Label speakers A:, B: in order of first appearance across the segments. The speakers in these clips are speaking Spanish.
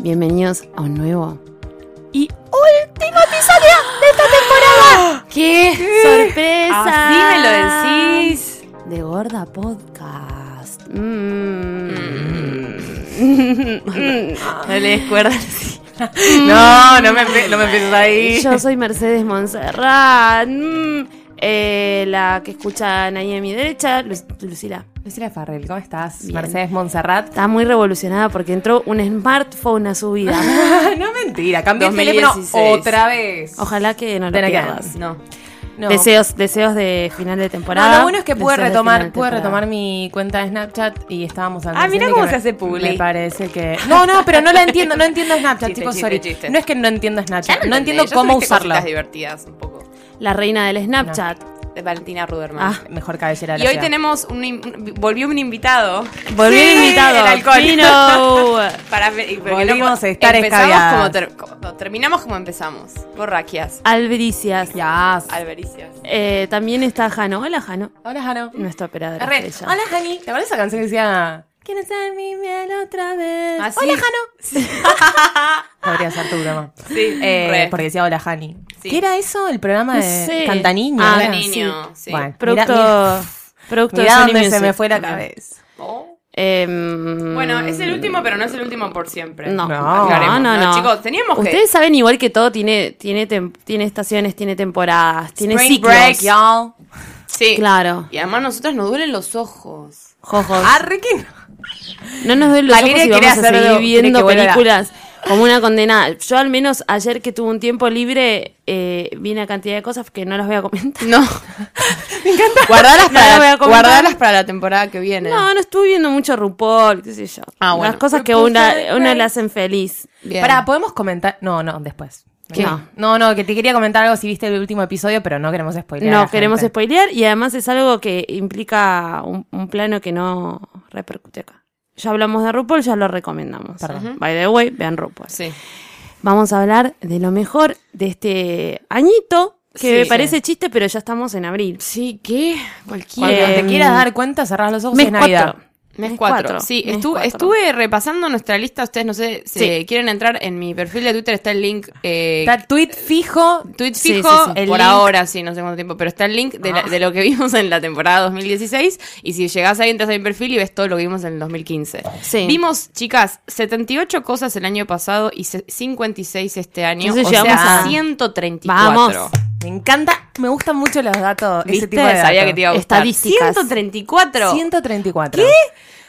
A: Bienvenidos a un nuevo
B: Y último episodio de esta temporada.
A: ¡Qué sorpresa!
B: Así me lo decís.
A: De Gorda Podcast. Mm.
B: Mm. No le descuerdas. No, no me, empe- no me empieces ahí.
A: Mm. Yo soy Mercedes Montserrat. Mm. Eh, la que escuchan ahí a mi derecha, Lu- Lucila.
B: Lucila Farrell, ¿cómo estás?
A: Bien.
B: Mercedes Montserrat.
A: Está muy revolucionada porque entró un smartphone a su vida.
B: no mentira, cambié el teléfono
A: 2016.
B: otra vez.
C: Oh,
A: Ojalá que no lo
B: Ven acá.
A: pierdas.
B: No. No.
A: Deseos, deseos de final de temporada.
B: No, lo bueno es que pude
A: Deseos de final
B: retomar,
A: de
B: pude
A: temporada.
B: retomar mi cuenta de Snapchat y estábamos al
C: Ah, mira
B: consciente
C: cómo
B: que
C: se
B: me-
C: hace publi.
B: Me parece que. No, no, pero no la entiendo, no entiendo Snapchat,
C: Chiste,
B: chicos,
C: chiste,
B: sorry.
C: chiste.
B: No es que no entiendo Snapchat, no, entiendo
C: entendés, ya
B: cómo
C: subiste
B: usarlo.
C: cositas divertidas un poco.
A: La reina del Snapchat.
C: De Valentina Ruderman.
A: Ah,
B: Mejor cabellera de la
C: y hoy
B: ciudad.
C: tenemos un, in- volvió un invitado.
A: volví
C: Sí,
A: invitado.
C: el alcohol.
A: Pino.
C: Para ver- y porque
B: Volvimos a estar
C: empezamos
B: escabiadas.
C: como ter- como- terminamos como empezamos. Borraquias.
A: Albricias.
B: Yas.
C: Albericias.
A: Eh, también está Jano. Hola, Jano.
B: Hola, Jano.
A: Nuestra operadora.
B: Re.
A: estrella.
C: Ah,
B: Hola, Jani. ¿Te acuerdas esa canción que decía? ¿Quieres ser mi miel otra vez?
C: ¿Ah, sí?
B: Hola, Jano. Podría ser tu programa.
C: Sí,
B: Eh,
C: re.
B: porque decía hola, Jani.
C: Sí.
B: ¿Qué era eso? El programa
A: No
B: de
A: sé.
B: Cantaniño.
A: Ah,
B: ¿no?
A: Cantaniño.
C: Niño, sí.
B: Bueno,
A: Producto.
B: mirá, mirá.
A: producto
B: Mirá
A: de Sony
B: dónde se
A: Music.
B: me fue la cabeza.
C: Oh.
A: Em,
C: Bueno, es el último, pero no es el último por siempre.
A: No,
B: Mm. No,
A: no, no.
C: aclaremos. chicos, teníamos que-
A: Ustedes saben igual que todo tiene, tiene, tem- tiene estaciones, tiene temporadas, tiene
B: Spring
A: ciclos.
B: Break, y'all.
C: Sí.
A: Claro. Ah,
C: Y además a nosotras nos duelen los ojos.
A: Jojos.
B: Arre que no.
A: No nos den los
B: Valeria
A: ojos y
B: quiere
A: vamos a
B: hacerlo,
A: seguir
B: quiere
A: viendo
B: que vuelva.
A: películas como una condenada. Yo al menos ayer que tuve un tiempo libre eh, vi una cantidad de cosas que no las voy a comentar.
C: No. Me encanta. Guardalas
A: No la voy a
C: para, la,
A: comentar.
C: guardalas para la temporada que viene.
A: No, no estuve viendo mucho RuPaul, qué sé yo.
C: Ah, bueno.
A: Las cosas que una, una la hacen feliz.
C: Bien.
B: Pará, ¿podemos comentar? No, no, después.
A: ¿Qué?
B: No. No, no, que te quería comentar algo si viste el último episodio, pero no queremos spoilear.
A: No queremos spoilear y además es algo que implica un, un plano que no repercute acá. Ya hablamos de RuPaul, ya lo recomendamos.
B: Perdón.
A: By the way, vean RuPaul.
C: Sí.
A: Vamos a hablar de lo mejor de este añito, que
C: Sí.
A: me parece chiste, pero ya estamos en abril.
C: Sí, ¿qué? Cualquiera.
B: Cuando te
A: Em,
B: quieras dar cuenta, cerrás los ojos y
A: Mes
B: es Navidad.
A: cuatro.
C: Mes
A: cuatro.
C: 4. Sí,
A: Mes
C: estu-
A: cuatro.
C: estuve repasando nuestra lista. Ustedes no sé si
A: Sí.
C: quieren entrar en mi perfil de Twitter. Está el link. Eh,
B: Está tweet fijo.
C: tweet
A: Sí,
C: fijo
A: sí, Ah. sí.
C: por
B: El link.
C: ahora, sí, no sé cuánto tiempo. Pero está el link de, la- de lo que vimos en la temporada 2016. Y si llegás ahí, entras a mi perfil y ves todo lo que vimos en el 2015.
A: Sí.
C: Vimos, chicas, 78 cosas el año pasado y se- 56 este año.
A: Entonces
C: o
A: llegamos
C: sea,
A: a-
C: 134.
A: Vamos.
B: Me encanta, me gustan mucho los datos.
C: ¿Viste?
B: Ese tipo de
C: Sabía
B: datos.
C: que te iba a gustar.
A: Estadísticas.
C: 134.
B: 134.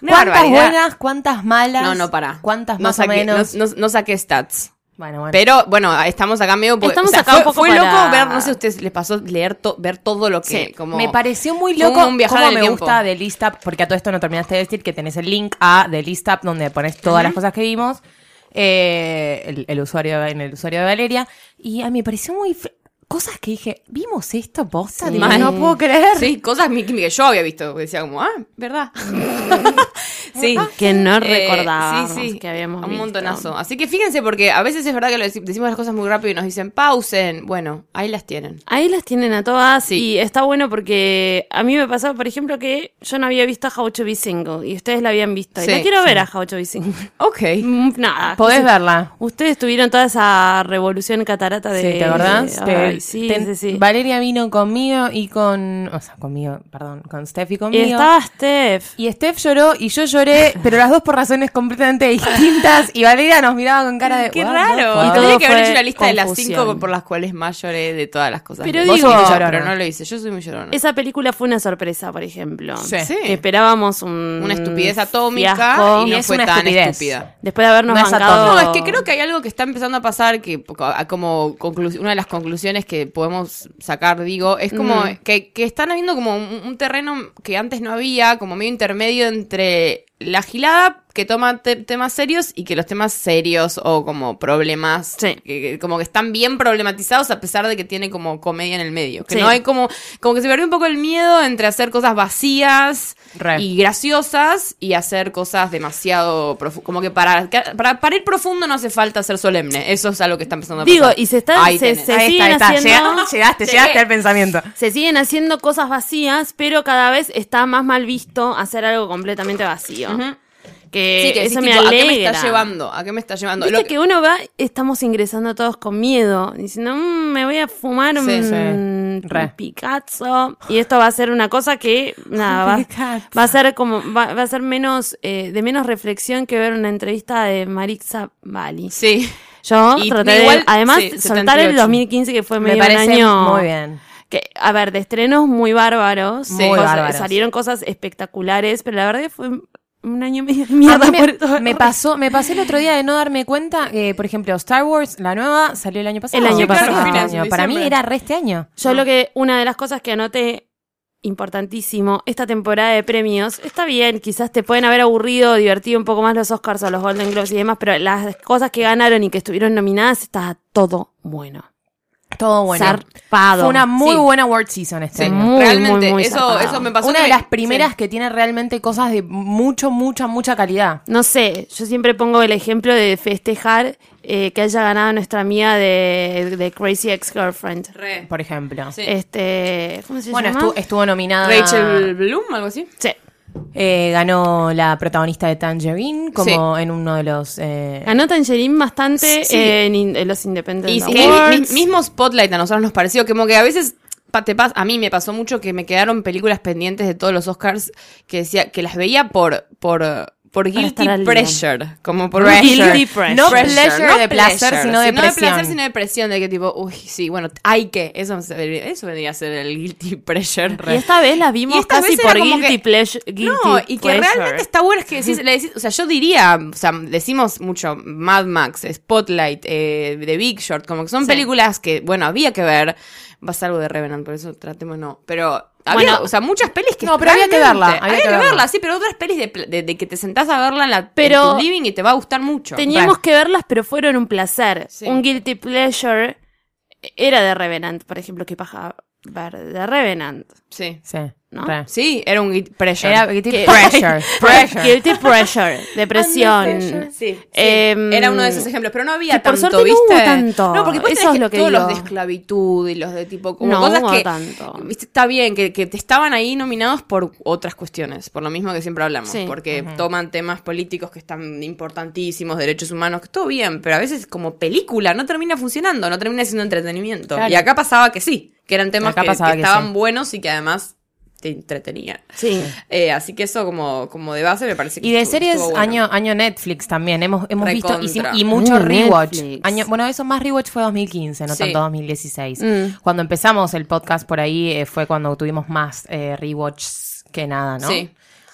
C: Una
B: ¿Cuántas
C: barbaridad.
B: buenas? ¿Cuántas malas?
C: No, no, para.
B: ¿Cuántas
C: No
B: más o
C: saqué-
B: menos?
C: No, no- no saqué stats.
B: Bueno, bueno.
C: Pero bueno, estamos acá medio. porque-
A: Estamos acá
C: fue,
A: un poco
C: fue
A: para-
C: loco ver, no sé, a ustedes les pasó leer to- ver todo lo que.
A: Sí,
C: como...
B: me pareció muy
C: fue
B: loco
C: un viajar
B: cómo
C: en el
B: me
C: tiempo.
B: gusta de List Up, porque a todo esto no terminaste de decir que tenés el link a The List Up donde pones todas las cosas que vimos, eh, el, el usuario en el usuario de Valeria, y a mí me pareció muy... fe- Cosas que dije, ¿vimos esto, posta? Digo,
C: Mal.
B: no puedo creer.
C: Sí, cosas mi- que yo había visto. que Decía como, ah, verdad. sí.
A: Ah. Que no
C: Eh,
A: recordaba
C: sí, sí,
A: que habíamos
C: un
A: visto.
C: montonazo. Así que fíjense, porque a veces es verdad que lo deci- decimos las cosas muy rápido y nos dicen pausen. Bueno, ahí las tienen.
A: Ahí las tienen a todas
C: Sí.
A: y está bueno porque a mí me pasaba, por ejemplo, que yo no había visto a How to Be Single y ustedes la habían visto.
C: Sí,
A: y la quiero
C: sí.
A: ver a How to Be Single.
C: Ok.
A: Mm, Nada.
B: Podés
A: Entonces,
B: verla.
A: Ustedes tuvieron toda esa revolución catarata de...
B: Sí,
C: Eh,
B: ¿te acordás?
A: Ay,
B: Te-
A: sí,
B: te-
A: sí, sí.
B: Valeria vino conmigo y con... O sea, conmigo, perdón, con Steffi
A: Y
B: conmigo.
A: estaba Steph.
B: Y Steph lloró y yo lloré lloré, pero las dos por razones completamente distintas. Y Valeria nos miraba con cara de.
C: Qué
B: "What the
C: raro. Y
B: fuck?".
A: todo
C: tendría que haber
A: fue
C: hecho la lista de las
A: confusión.
C: cinco por las cuales más lloré de todas las cosas.
A: Pero
C: Vos
A: digo-
C: sos muy llorona, pero no lo hice. Yo soy muy llorona.
A: Esa película fue una sorpresa, por ejemplo.
B: Sí.
C: Sí.
A: Que esperábamos un
C: Una estupidez atómica
A: fiasco.
C: y
B: Y
C: no
B: es
C: fue
B: una
C: tan
B: estupidez.
C: estúpida.
A: Después de habernos
B: No es
A: bancado...
C: No, es que creo que hay algo que está empezando a pasar que poco- a- como conclu- una de las conclusiones que podemos sacar, digo, es como que, que están habiendo como un, un terreno que antes no había, como medio intermedio entre la gilada que toma te- temas serios y que los temas serios o como problemas,
A: Sí.
C: que- que como que están bien problematizados a pesar de que tiene como comedia en el medio. Que
A: Sí.
C: no hay como, como que se perdió un poco el miedo entre hacer cosas vacías
B: Re.
C: y graciosas y hacer cosas demasiado profu- como que para, para para ir profundo no hace falta ser solemne eso es algo que está empezando a
A: Digo,
C: pasar.
A: y se está-
C: Ahí
A: se-
C: tenés.
A: se-
C: Ahí-
B: Ahí está, ahí
A: siguen
B: está.
A: haciendo-
B: Llega- Llegaste,
C: Sí.
B: llegaste al pensamiento.
A: Se siguen haciendo cosas vacías, pero cada vez está más mal visto hacer algo completamente vacío. Que,
C: sí que decís,
A: eso me
C: tipo,
A: alegra.
C: a qué me está llevando a qué me está llevando
A: Viste
C: Lo
A: que... uno va, estamos ingresando todos con miedo, diciendo, "Mm, me voy a fumar
C: Sí,
A: un
B: sí. Re.
A: Picasso. Y esto va a ser una cosa que, nada, va,
B: Picasso.
A: va a ser como, va, va a ser menos, eh, de menos reflexión que ver una entrevista de Marixa Bali.
C: sí
A: Yo
C: Y
A: traté de-
C: igual,
A: además,
C: sí,
A: soltar
C: 78.
A: el 2015 que fue
B: Me
A: medio
B: parece
A: un año.
B: muy bien.
A: Que, a ver, de estrenos muy bárbaros.
C: Muy
A: cosas-
B: bárbaros.
A: Salieron cosas espectaculares, pero la verdad que fue un año medio de mierda.
B: A mí
A: por todo.
B: me, me pasó, me pasé el otro día de no darme cuenta, eh, por ejemplo, Star Wars, la nueva, salió el año pasado.
A: El año
B: Sí, claro,
A: pasado.
B: este
C: Apenas,
B: año.
C: en
B: Para mí
C: diciembre.
B: era re este año.
A: Yo lo que, una de las cosas que anoté importantísimo, esta temporada de premios, está bien, quizás te pueden haber aburrido, divertido un poco más los Oscars o los Golden Globes y demás, pero las cosas que ganaron y que estuvieron nominadas está todo bueno.
B: Todo bueno.
A: Zarpado.
B: Fue una muy
C: Sí.
B: buena award season este
C: sí,
B: año.
A: muy,
C: realmente
A: muy
C: eso
A: zarpado.
C: eso me pasó
B: Una
C: que
B: de
C: me-
B: las primeras que tiene realmente cosas de mucho, mucha, mucha calidad.
A: No sé, yo siempre pongo el ejemplo de festejar eh, que haya ganado nuestra amiga de, de Crazy Ex
C: sí.
A: Girlfriend.
C: Re.
B: Por ejemplo.
C: Sí.
A: Este, ¿cómo se
B: Bueno,
A: llama?
B: estu- estuvo
A: Ah.
B: nominada.
C: Rachel Bloom algo así
A: Sí.
B: eh, ganó la protagonista de Tangerine, como en uno de los. eh,
A: Ganó Tangerine bastante
C: Sí.
A: eh, en, in- en los Independent
C: Y que
A: Awards.
C: mi- mismo Spotlight a nosotros nos pareció como que a veces pa- te pas- a mí me pasó mucho que me quedaron películas pendientes de todos los Oscars que decía que las veía por por por guilty
A: estar al día.
C: pressure, como por
A: Guilty pressure.
B: No
C: Pressure,
B: pleasure
C: no
B: de placer,
C: pleasure,
B: sino de
C: de
B: presión.
C: placer, sino de presión, de que tipo, uy, sí, bueno, hay que, eso, se vendría- eso vendría a ser el guilty pressure.
A: Y esta vez las vimos
C: Y esta
A: casi
C: vez era
A: por
C: como
A: guilty,
C: que-
A: pleasure, guilty
C: No, y que
A: pleasure.
C: realmente está bueno es que decís, le decís- o sea, yo diría, o sea, decimos mucho Mad Max, Spotlight, eh, The Big Short, como que son películas que, bueno, había que ver, va a ser algo de Revenant, por eso tratemos no, pero había,
A: Bueno.
C: o sea, muchas pelis que
B: No, pero había que
C: realmente-
B: verla, había que verla.
C: sí, pero otras pelis de, pl- de- de que te sentás a verla en, la, en
A: Pero-
C: tu living y te va a gustar mucho.
A: Teníamos
B: Re.
A: que verlas, pero fueron un placer.
C: Sí.
A: Un guilty pleasure era de Revenant, por ejemplo, que paja ver de Revenant.
C: Sí.
B: sí.
A: ¿no?
B: re.
C: Sí, era un guilty pressure.
B: Era pressure. pressure.
A: Guilty pressure, depresión.
C: Sí, sí.
A: Em,
C: era uno de esos ejemplos, pero no había
A: que por
C: tanto,
A: suerte no hubo
C: ¿viste?
A: tanto.
C: No, porque después
A: Eso
C: tenés
A: es lo que
C: todos
A: digo.
C: los de esclavitud y los de tipo como
A: No
C: cosas
A: hubo
C: que
A: tanto.
C: ¿viste? está bien que, que te estaban ahí nominados por otras cuestiones, por lo mismo que siempre hablamos,
A: Sí.
C: porque toman temas políticos que están importantísimos, derechos humanos, que todo bien, pero a veces como película no termina funcionando, no termina siendo entretenimiento.
B: Claro.
C: Y acá pasaba que sí, que eran temas
B: Acá
C: que, que
B: pasaba que
C: estaban
B: sí.
C: buenos y que además te entretenían.
A: Sí.
C: Eh, así que eso como, como de base me parece que
B: Y de
C: estuvo-
B: series
C: estuvo bueno.
B: año año Netflix también hemos hemos visto y,
C: Recontra.
B: sim- y mucho
A: Año
B: rewatch.
A: Netflix.
B: Año, bueno, eso más rewatch fue 2015, no
C: Sí.
B: tanto 2016.
A: Mm.
B: Cuando empezamos el podcast por ahí eh, fue cuando tuvimos más eh, rewatchs que nada, ¿no?
C: Sí.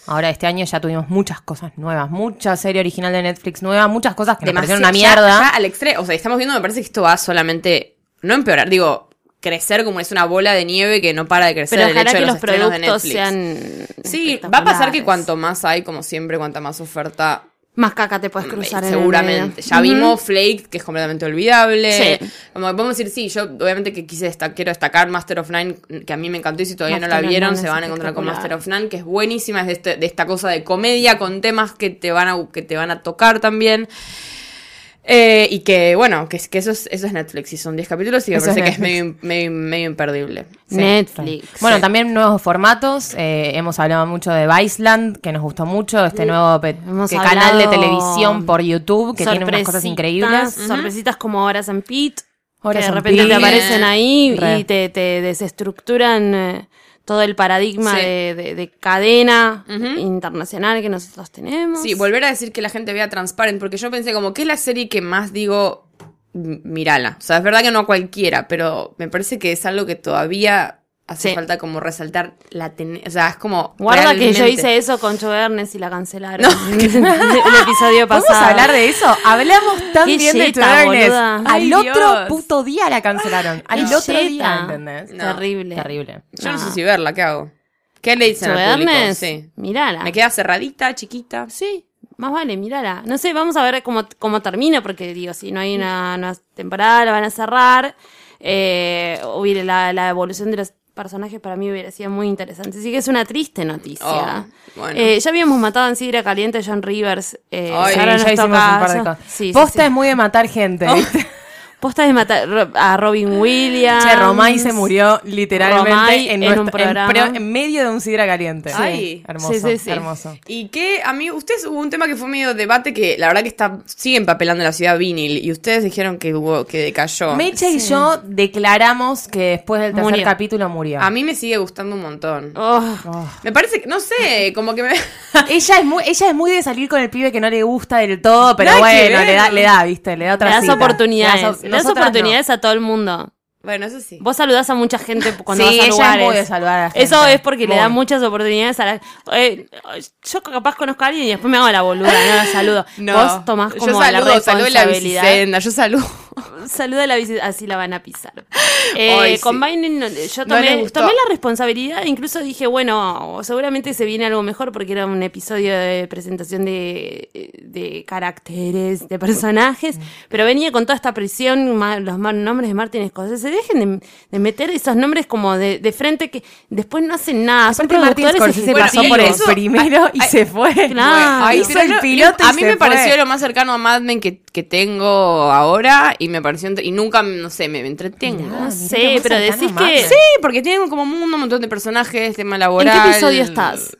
B: Ahora este año ya tuvimos muchas cosas nuevas, mucha serie original de Netflix nueva, muchas cosas que nos
C: Demasiado-
B: parecieron una
C: ya-
B: mierda.
C: ya al extremo. O sea, estamos viendo, me parece que esto va solamente. No empeorar, digo, crecer como es una bola de nieve que no para de crecer.
A: Pero
C: el
A: ojalá
C: hecho
A: que
C: de los,
A: los
C: estrenos de
A: productos
C: Netflix.
A: sean.
C: Sí, va a pasar que
A: espectaculares.
C: cuanto más hay, como siempre, cuanta más oferta.
A: Más caca te puedes cruzar en el
C: Mm, seguramente.
A: medio.
C: Ya vimos Flake, que es completamente olvidable.
A: Sí.
C: Como que podemos decir, sí, yo obviamente que quise destacar, quiero destacar Master of Nine, que a mí me encantó y si todavía no
A: Master
C: la
A: of
C: vieron,
A: None
C: se
A: es
C: van a encontrar con Master
A: espectacular.
C: of None, que es buenísima, es de, este- de esta cosa de comedia con temas que te van a, que te van a tocar también. Eh, y que, bueno, que, es- que eso, es, eso es Netflix y son 10 capítulos y me
B: Eso es
C: parece que es
B: Netflix.
C: medio, medio, medio imperdible.
A: Netflix.
B: Bueno,
C: Sí.
B: también nuevos formatos. eh, hemos hablado mucho de Viceland, que nos gustó mucho, este nuevo pe-
A: Hemos
B: que canal de
A: hablado-
B: televisión por YouTube, que tiene unas cosas
A: Sorpresitas,
B: increíbles.
A: Sorpresitas como Horas en Pit.
B: Horas
A: que de
B: and
A: repente
B: Pete.
A: te aparecen ahí
B: Re.
A: y te, te desestructuran eh, todo el paradigma
C: Sí.
A: de, de- de cadena
C: Ujú.
A: internacional que nosotros tenemos.
C: Sí, volver a decir que la gente vea Transparent, porque yo pensé como que es la serie que más digo, "M- mírala. O sea, es verdad que no cualquiera, pero me parece que es algo que todavía hace
A: Sí.
C: falta como resaltar la ten- O sea, es como...
A: Guarda que yo
C: realmente-
A: hice eso con Joe Ernest y la cancelaron. el episodio
B: ¿Podemos
A: pasado.
B: hablar de eso? Hablamos tan
A: Qué
B: bien de
A: yeta,
B: True Earnest.
A: boluda.
B: Al
C: Ay,
B: otro
C: Dios.
B: puto día la cancelaron. Al
A: Qué
B: otro día,
A: yeta.
B: ¿entendés?
C: No.
A: Terrible.
B: Terrible.
C: Yo no sé
A: Ah.
C: si verla, ¿qué hago? ¿Qué le dicen
A: Joe
C: al público?
A: Ernest,
C: Sí.
A: mirala.
C: Me queda cerradita, chiquita.
A: Sí, más vale, mirala. No sé, vamos a ver cómo, cómo termina, porque digo, si no hay una, una temporada, la van a cerrar. Eh, hubiera la, la evolución de los personajes para mí hubiera sido muy interesante. Así que es una triste noticia.
C: Oh, bueno.
A: Eh, ya habíamos matado en Sidra Caliente a John Rivers. Eh,
C: Ay,
A: ahora
B: ya
A: nos
B: hicimos
A: toca-
B: un par de cosas.
A: Sí, sí,
B: Posta
A: sí. Oh,
B: es muy de matar gente. ¿viste?
A: Posta de matar ro- a Robin Williams.
B: Che, Romay se murió literalmente
A: Romay
B: en,
A: en
B: nuestro-
A: un programa.
B: pro- en medio de un sidra caliente.
C: Ay.
B: hermoso,
A: Sí, sí, sí.
B: hermoso.
C: Y que a mí, ustedes hubo un tema que fue medio debate que la verdad que está sigue empapelando la ciudad vinil y ustedes dijeron que hubo, que decayó.
B: Meche y yo declaramos que después del tercer
A: Murió.
B: capítulo murió.
C: A mí me sigue gustando un montón.
A: Oh,
C: Me parece que, no sé, como que me...
B: Ella es muy, ella es muy de salir con el pibe que no le gusta del todo, pero
C: Nada que
B: bueno,
C: ver.
B: le da, le da, viste, le da
A: le
B: otra
A: das
B: cita.
A: oportunidades.
B: Le das o-
A: Le das
B: nosotras no.
A: oportunidades a todo el mundo.
C: Bueno, eso sí.
A: Vos saludás a mucha gente cuando
B: Sí,
A: vas a
B: ella
A: lugares.
B: es muy de saludar a la gente.
A: Eso es porque le da
B: Muy.
A: muchas oportunidades a la. eh, yo capaz conozco a alguien y después me hago la boluda, no la saludo. Vos tomás como
C: yo saludo,
A: la
C: saludo la
A: responsabilidad.
C: bicicenda, yo saludo.
A: Saluda a la bici, así la van a pisar. Eh,
C: Ay, sí.
A: Con Biden, no- yo
C: No le
A: tomé,
C: gustó.
A: tomé la responsabilidad, incluso dije, bueno, seguramente se viene algo mejor porque era un episodio de presentación de, de caracteres, de personajes, pero venía con toda esta presión, ma- los ma- nombres de Martin Scorsese, dejen de, de meter esos nombres como de, de frente que después no hacen nada, son
B: Aparte, Martin
A: productores
B: Scorsese
C: Bueno,
B: pasó
A: ejecutivos.
B: por
C: y
B: el
C: eso-
B: primero y
C: ay,
B: se fue.
A: Claro.
C: Ay,
B: hizo
C: pero
B: el
C: no-
B: piloto y
C: A mí
B: se
C: me pareció
B: fue.
C: lo más cercano a Mad Men que, que tengo ahora y me pareció... entre- Y nunca, no sé, me, me entretengo.
A: No
B: Mirá,
A: sé,
B: vos
A: pero
B: cercano,
A: decís
B: Marvel.
A: que...
C: Sí, porque tienen como un montón de personajes, tema
A: ¿En
C: laboral.
A: qué episodio estás?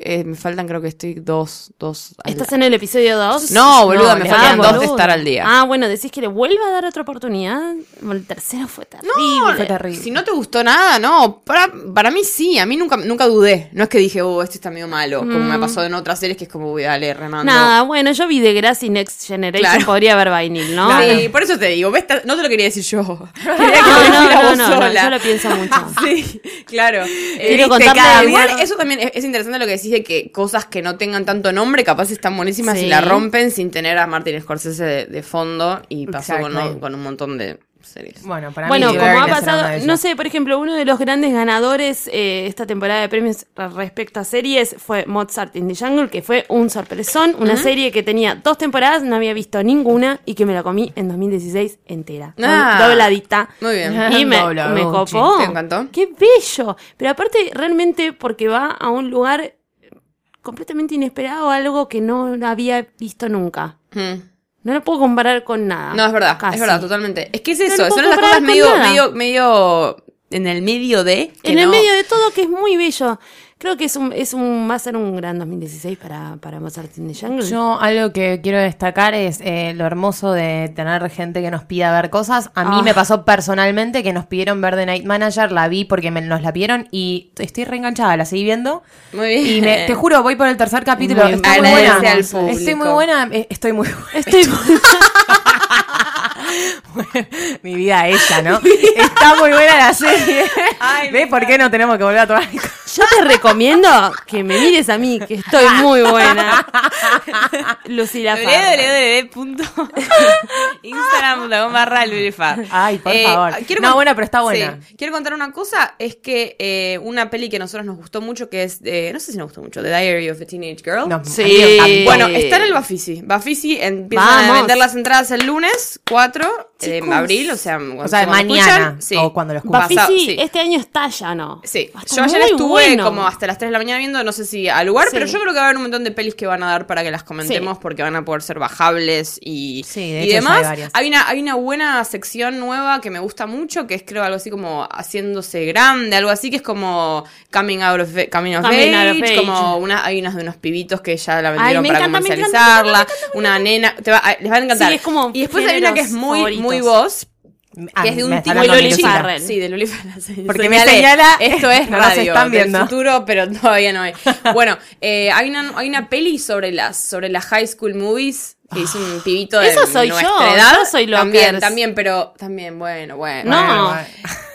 C: Eh, me faltan creo que estoy dos, dos. al-
A: ¿Estás en el episodio 2?
C: No, boluda, me
B: faltan dos de
C: estar al día.
A: Ah, bueno, decís que le vuelva a dar otra oportunidad. Bueno, El tercero fue terrible.
C: No,
B: fue terrible.
C: Si no te gustó nada, no. Para, para mí sí, a mí nunca, nunca dudé. No es que dije, oh, este está medio malo, como
A: Mm.
C: me pasó en otras series que es como, uy, dale, remando.
A: Nada, bueno, yo vi de Grassy Next Generation,
C: Claro.
A: podría haber vainil, ¿no?
C: Sí, por eso te digo, ves, ta- no te lo quería decir yo. Quería que
A: No,
C: lo
A: no,
C: dijera
A: no,
C: vos
A: no, no,
C: sola.
A: yo lo pienso mucho.
C: Sí, claro.
A: Quiero
C: Eh,
A: contarle
C: cada-
A: algo.
C: igual, eso también es, es interesante lo que decís de que cosas que no tengan tanto nombre, capaz están buenísimas y
A: Sí.
C: la rompen sin tener a Martin Scorsese de, de fondo y pasó con,
B: Exactly.
C: con un montón de series.
B: Bueno, para
A: Bueno,
B: mí
A: como
B: Ernest
A: ha
B: era una de
A: pasado,
B: ellas.
A: no sé, por ejemplo, uno de los grandes ganadores eh, esta temporada de premios respecto a series fue Mozart in the Jungle, que fue un sorpresón, una serie que tenía dos temporadas, no había visto ninguna y que me la comí en 2016 entera, con-
C: Ah.
A: dobladita.
C: Muy bien.
A: Y me,
B: Dobladuchi.
A: me copó.
C: ¿Te encantó?
A: Qué bello. Pero aparte, realmente, porque va a un lugar completamente inesperado, algo que no había visto nunca.
C: Mm.
A: No lo puedo comparar con nada.
C: No, es verdad,
A: Ah, Casi.
C: es verdad, totalmente. Es que es
A: No
C: eso,
A: lo
C: son
A: puedo
C: las cosas
A: comparar con
C: medio,
A: nada.
C: medio, medio en el medio de. que
A: en el
C: no-
A: medio de todo que es muy bello. Creo que es un, es un va a ser un gran 2016 para, para Mozart in the Jungle.
B: Yo algo que quiero destacar es eh, lo hermoso de tener gente que nos pida ver cosas. A mí
A: Ah.
B: me pasó personalmente que nos pidieron ver The Night Manager, la vi porque me, nos la pidieron y estoy reenganchada, la seguí viendo.
C: Muy bien.
B: Y me- te juro, voy por el tercer capítulo.
A: Muy
B: Está muy
C: agradece
B: buena.
C: al público.
B: Estoy muy buena. eh, Estoy muy buena.
A: Estoy
B: Mi vida ella, ¿no? Está muy buena la serie. ¿Ves por qué no tenemos que volver a tomar alcohol?
A: Yo te recomiendo que me mires a mí, que estoy muy buena. Lucila Farra.
C: Instagram.com barra Lulifar.
B: Ay, por favor.
C: Eh, ah, quiero
B: No,
C: con-
B: bueno, pero está buena.
C: Sí. Quiero contar una cosa, es que eh, una peli que a nosotros nos gustó mucho, que es, de- no sé si nos gustó mucho, The Diary of a Teenage Girl.
B: No,
A: Sí.
B: a mí me encantó.
C: Bueno, está en el Bafisi. Bafisi empieza a
A: Vamos.
C: vender las entradas el lunes 4 de
A: Chicos.
C: abril, o sea,
B: O sea,
C: cuando
B: mañana,
C: escuchan, sí.
B: o cuando lo escuchan.
C: Bafisi,
A: Bafisi,
C: sí.
A: este año estalla, ¿no?
C: Sí,
A: Va a estar
C: yo ayer
A: muy
C: estuve
A: bueno.
C: como hasta las 3 de la mañana viendo, no sé si al lugar,
A: Sí.
C: pero yo creo que va a haber un montón de pelis que van a dar para que las comentemos
A: Sí.
C: porque van a poder ser bajables y,
B: Sí,
C: y
B: de hecho ya hay
C: demás.
B: varias.
C: Hay una, hay una buena sección nueva que me gusta mucho, que es creo algo así como haciéndose grande, algo así, que es como Coming Out of, coming of
A: Coming
C: age,
A: out of age.
C: como una, hay unas de unos pibitos que ya la vendieron
A: me
C: para
A: encanta, me encanta, me
C: comercializarla, una nena, te va- les va a encantar.
A: Sí, es como
C: y después hay una que es
A: géneros
C: muy, muy
A: favoritos.
C: voz,
B: Ah,
C: que es de
B: me
C: un
B: está
C: tipo
B: hablando
A: Loli
B: mi Lucila.
A: Farrell.
C: Sí, de Loli Farrell. sí.
B: Porque me señala,
C: Esto es
B: no nos
C: radio
B: están
C: del
B: viendo.
C: futuro, pero todavía no hay. Bueno, eh, hay, una, hay una peli sobre las, sobre las high school movies que hizo
B: Ah.
C: un pibito de
A: Eso soy yo,
C: nuestra edad.
A: yo soy
C: También,
A: Lockers.
C: también, pero también, bueno, bueno.
A: No,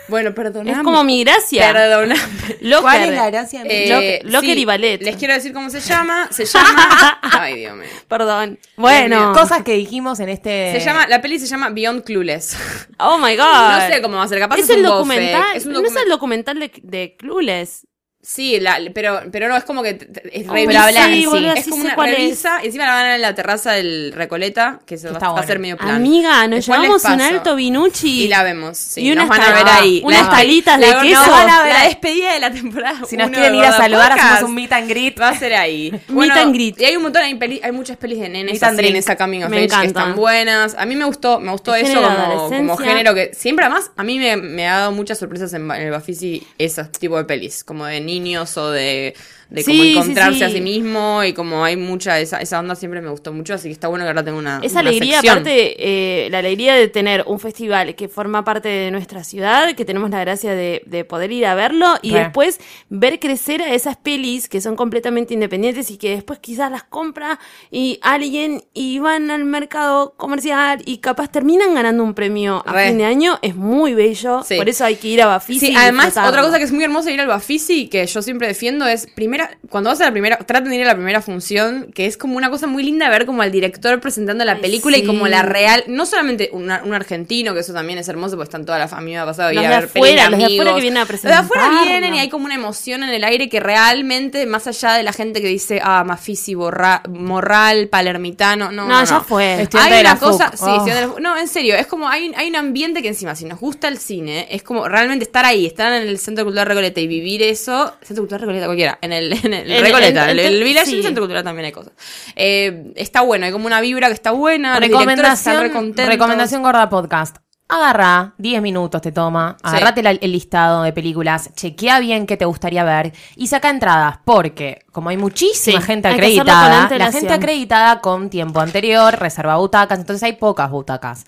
C: Bueno, perdoname.
A: es como mi gracia.
C: Perdoname.
A: Locker.
B: ¿Cuál es la gracia?
C: Eh,
A: Locker- Locker y ballet.
C: Les quiero decir cómo se llama. Se llama. Ay, Dios mío.
A: Perdón. Bueno.
C: mío.
B: Cosas que dijimos en este...
A: Eh.
C: Se llama, la peli se llama Beyond Clueless.
A: Oh my god.
C: No sé cómo va a ser, capaz
A: es,
C: es
A: el
C: un bofe,
A: documental.
C: es un
A: No es
C: documental.
A: el documental de, de Clueless.
C: Sí, la- pero, pero no, es como que t- t- es
A: Oh,
C: re
A: pero habla-
C: sí,
A: sí, boluda,
C: es
A: sí
C: como
A: sé
C: una
A: cuál es.
C: revisa, y encima la van a ver en la terraza del Recoleta, que se va,
B: está
C: va a ser
B: bueno.
C: medio plan.
A: Amiga, nos
C: Después les
A: llevamos un
C: paso.
A: alto Vinucci.
C: Y la vemos, sí,
A: y
C: nos
A: unas
C: van a
A: tal-
C: ver ahí.
A: unas
C: La-
A: talitas de
C: la-
A: queso.
C: nos van a ver
A: La-
C: la despedida de la temporada.
B: Si nos
C: uno
B: quieren
C: de
B: ir a
C: Gorda
B: saludar, hacemos
C: Podcast.
B: un meet and greet.
C: Va a ser ahí.
A: and greet.
C: Y hay un montón, hay, peli- hay muchas pelis de nenes
B: Meet and
C: así
B: drink.
C: en esa Coming of
A: Me
C: Age que
A: encanta.
C: están buenas. A mí me gustó, me gustó
A: El
C: eso
A: género de
C: como, como
A: adolescencia.
C: género que siempre además a mí me, me ha dado muchas sorpresas en, ba- en el Bafisi ese tipo de pelis, como de niños o de, de como
A: Sí, sí,
C: encontrarse a
A: sí.
C: sí mismo y como hay mucha, esa, esa onda siempre me gustó mucho, así que está bueno que ahora tengo una
A: Esa
C: una
A: alegría,
C: sección.
A: aparte, eh, la alegría de tener un festival que forma parte de nuestra ciudad, que tenemos la gracia de, de poder ir a verlo y
B: Re.
A: después ver crecer a esas pelis que son completamente independientes y que después quizás las compra y alguien y van al mercado comercial y capaz terminan ganando un premio a
C: Re.
A: fin de año. Es muy bello,
C: Sí.
A: por eso hay que ir a Bafisi.
C: Sí,
A: y
C: además,
A: disfrutarlo.
C: otra cosa que es muy hermosa de ir al Bafisi, que yo siempre defiendo, es primera, cuando vas a la primera, traten de ir a la primera función, que es como una cosa muy linda ver como al director presentando la
A: Ay,
C: película y
A: sí.
C: como la real, no solamente una- un argentino, que eso también es hermoso, porque están toda la familia ha pasado a ir
A: Los
C: a
A: de
C: ver pelis
A: afuera, los de
C: amigos.
A: afuera que vienen a
C: Los de afuera
A: presentarla.
C: vienen y hay como una emoción en el aire que realmente, más allá de la gente que dice, ah, Mafisi, borra, Morral, Palermitano, no,
A: No,
C: no,
A: ya
C: no.
A: fue.
B: Estudiante
C: hay
B: de la
C: una cosa,
B: FUC.
C: sí,
B: Oh.
C: estudiante de la FUC. no, en serio, es como hay, un- hay un ambiente que encima, si nos gusta el cine, es como realmente estar ahí, estar en el Centro Cultural Recoleta y vivir eso, Centro Cultural Recoleta cualquiera, en el, en el
A: En-
C: Recoleta,
A: en-
C: en, el
A: en-
C: Village,
A: sí.
C: en el Centro Cultural también hay cosas. Eh, está bueno, hay como una vibra que está buena, los directores están re
B: Recomendación,
C: contentos.
B: recomendación gorda podcast. Agarra, 10 minutos te toma,
C: Sí.
B: agarrate la- el listado de películas, chequea bien qué te gustaría ver y saca entradas, porque como hay muchísima
A: Sí,
B: gente
A: hay que hacerlo con
B: acreditada, la
A: antelación.
B: gente acreditada con tiempo anterior reserva butacas, entonces hay pocas butacas.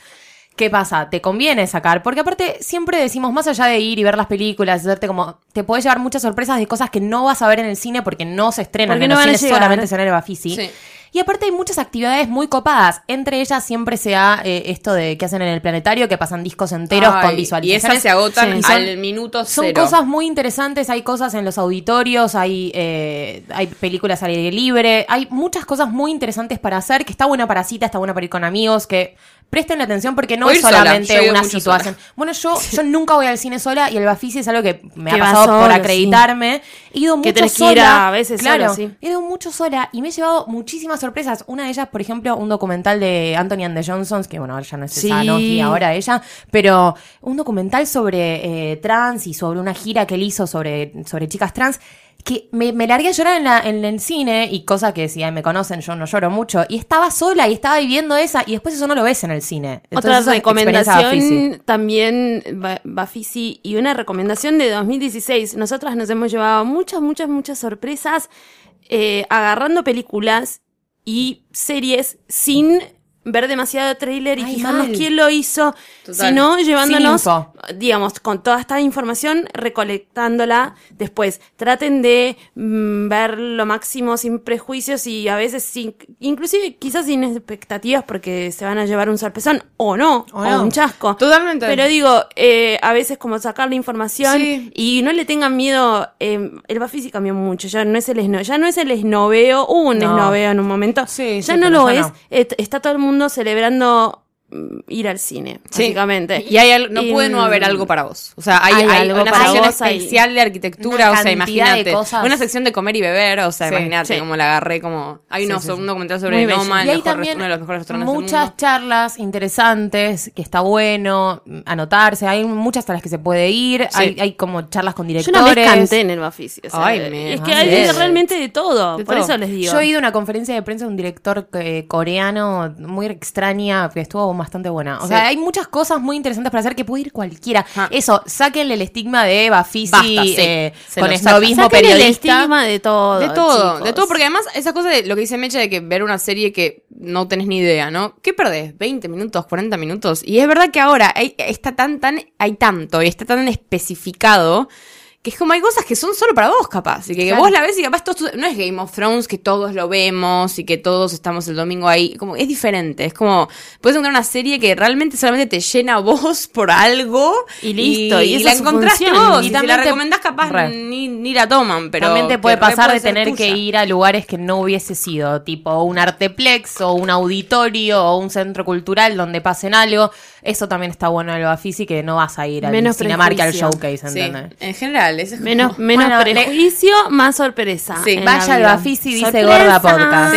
B: ¿Qué pasa? Te conviene sacar, porque aparte siempre decimos, más allá de ir y ver las películas, hacerte como, te puede llevar muchas sorpresas de cosas que no vas a ver en el cine porque no se estrenan
A: Porque
B: en
A: no
B: los
A: van a
B: cines,
A: llegar.
B: solamente se en el Bafisi.
C: Sí.
B: Y aparte hay muchas actividades muy copadas. Entre ellas siempre se da eh, esto de que hacen en el planetario, que pasan discos enteros
C: Ay,
B: con visualizaciones.
C: Y esas se agotan
B: Sí. Y son-
C: al minuto
B: Son
C: cero.
B: cosas muy interesantes, hay cosas en los auditorios, hay, eh, hay películas al aire libre, hay muchas cosas muy interesantes para hacer, que está buena para cita, está buena para ir con amigos, que presten atención porque no
C: O
B: es
C: ir sola, yo he
B: solamente
C: ido
B: una
C: mucho
B: situación. Bueno, yo, yo nunca voy al cine sola y el Bafisi es algo que me ha
A: Que vas
B: pasado por
A: solo,
B: acreditarme. He ido
A: Que
B: mucho
A: tenés que
B: sola.
A: ir a veces solo,
B: claro,
A: sí.
B: He ido mucho sola y me he llevado muchísimas sorpresas. Una de ellas, por ejemplo, un documental de Anthony and the Johnsons, que bueno, ahora ya no es
A: Sí.
B: Sanofi, ahora ella, pero un documental sobre eh, trans y sobre una gira que él hizo sobre, sobre chicas trans. Que me, me largué a llorar en, la- en el cine y cosa que si ay, me conocen yo no lloro mucho. Y estaba sola y estaba viviendo esa y después eso no lo ves en el cine. Entonces, eso
A: Otra
B: es experiencia difícil.
A: recomendación también, Ba- Bafisi, y una recomendación de 2016. Nosotras nos hemos llevado muchas, muchas, muchas sorpresas eh, agarrando películas y series sin ver demasiado trailer y
B: Ay,
A: fijarnos
B: mal.
A: quién lo hizo,
C: Total.
A: sino llevándonos,
B: Sin info.
A: digamos, con toda esta información, recolectándola después. Traten de mm, ver lo máximo sin prejuicios y a veces sin, inclusive quizás sin expectativas porque se van a llevar un sorpresón o no,
B: O
A: o,
B: no.
A: un chasco.
C: Totalmente.
A: Pero digo, eh, a veces como sacar la información
C: Sí.
A: y no le tengan miedo, eh, el Bafisi cambió mucho, ya no es el esno, ya no es el esnoveo, hubo un
B: No.
A: esnoveo en un momento,
B: Sí,
A: ya
B: sí,
A: no
B: pero
A: lo
B: ya
A: es,
B: no.
A: Et- está todo el mundo celebrando mm, ir al cine,
C: Sí.
A: básicamente.
C: Y hay al- no
A: Y,
C: puede no haber
A: mm,
C: algo para vos. O sea, hay,
A: Hay
C: hay
A: algo
C: una
A: para
C: sección
A: vos, hay
C: especial de arquitectura,
B: una
C: o sea,
B: cantidad de
C: imagínate.
B: cosas.
C: Una sección de comer y beber, o sea,
B: Sí,
C: imagínate
A: sí.
C: cómo la agarré como hay uno,
B: sí, sí.
C: un documental sobre Noma, el
B: Y
C: mejor
B: hay
C: rest-
B: también
C: uno de los mejores restaurantes del
B: muchas
C: mundo.
B: charlas interesantes que está bueno mm, anotarse. Hay muchas a las que se puede ir. Hay, hay como charlas con
A: Yo
B: directores.
A: una vez canté en el Bafisi, o sea,
C: Ay, me-
A: es que
C: ah,
A: hay
C: bien.
A: realmente de todo,
C: De
A: por
C: todo.
A: eso les digo.
B: Yo he ido a una conferencia de prensa de un director eh, coreano muy extraña, que estuvo son bastante buenas. O
C: Sí.
B: sea, hay muchas cosas muy interesantes para hacer que puede ir cualquiera.
C: Ah.
B: Eso, sáquenle el estigma de Bafisi
C: Basta, sí.
B: eh,
C: Se
B: con
C: lo saca.
B: esnovismo
A: Sáquenle el
B: periodista.
A: estigma de todo.
C: De todo, de
A: chicos.
C: todo, porque además esa cosa de lo que dice Mecha de que ver una serie que no tenés ni idea, ¿no? ¿Qué perdés? ¿20 minutos? ¿40 minutos? Y es verdad que ahora hay, está tan, tan, hay tanto y está tan especificado que es como hay cosas que son solo para vos, capaz. Y que, que vos la ves y capaz todos, no es Game of Thrones que todos lo vemos y que todos estamos el domingo ahí. Como, es diferente, es como, puedes encontrar una serie que realmente solamente te llena a vos por algo
A: Y listo, y esa
C: la
A: es su
C: encontraste
A: función.
C: vos.
A: Y
C: Y, si
B: también
C: la
B: te-
C: recomendás capaz
B: Re.
C: ni, ni la toman, pero
B: También te puede
C: que re
B: pasar de
C: ser
B: tener que
C: tuya.
B: ir a lugares que no hubiese sido, tipo un arteplex o un auditorio o un centro cultural donde pasen algo. Eso también está bueno del Bafisi, que no vas a ir al
A: Menos
B: Cinemark, al
A: prejuicio.
B: showcase,
C: Sí,
B: ¿entendés?
C: en general, eso es como-
A: Menos, menos
B: Bueno, le-
A: prejuicio, más sorpresa.
C: Sí,
A: en la
B: vaya al
A: vida.
B: Bafisi, dice
A: Sorpresa.
B: Gorda Podcast.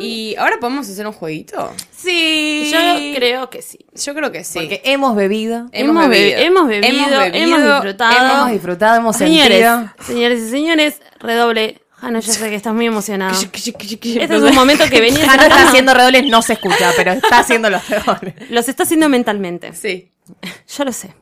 C: Y ahora podemos hacer un jueguito.
A: Sí. Yo creo que sí.
C: Yo creo que sí.
B: Porque hemos bebido,
A: Hemos bebido, hemos bebido, hemos disfrutado.
B: Eh, hemos disfrutado, hemos
A: Señores,
B: sentido.
A: señores y señores, redoble. Jano, yo sé que estás muy emocionado. Este
C: Este
A: es un momento que venía
B: Ya no está
A: sacando-
B: haciendo redobles, no se escucha, pero está haciendo los redobles.
A: Los está haciendo mentalmente.
C: Sí.
A: Yo lo sé.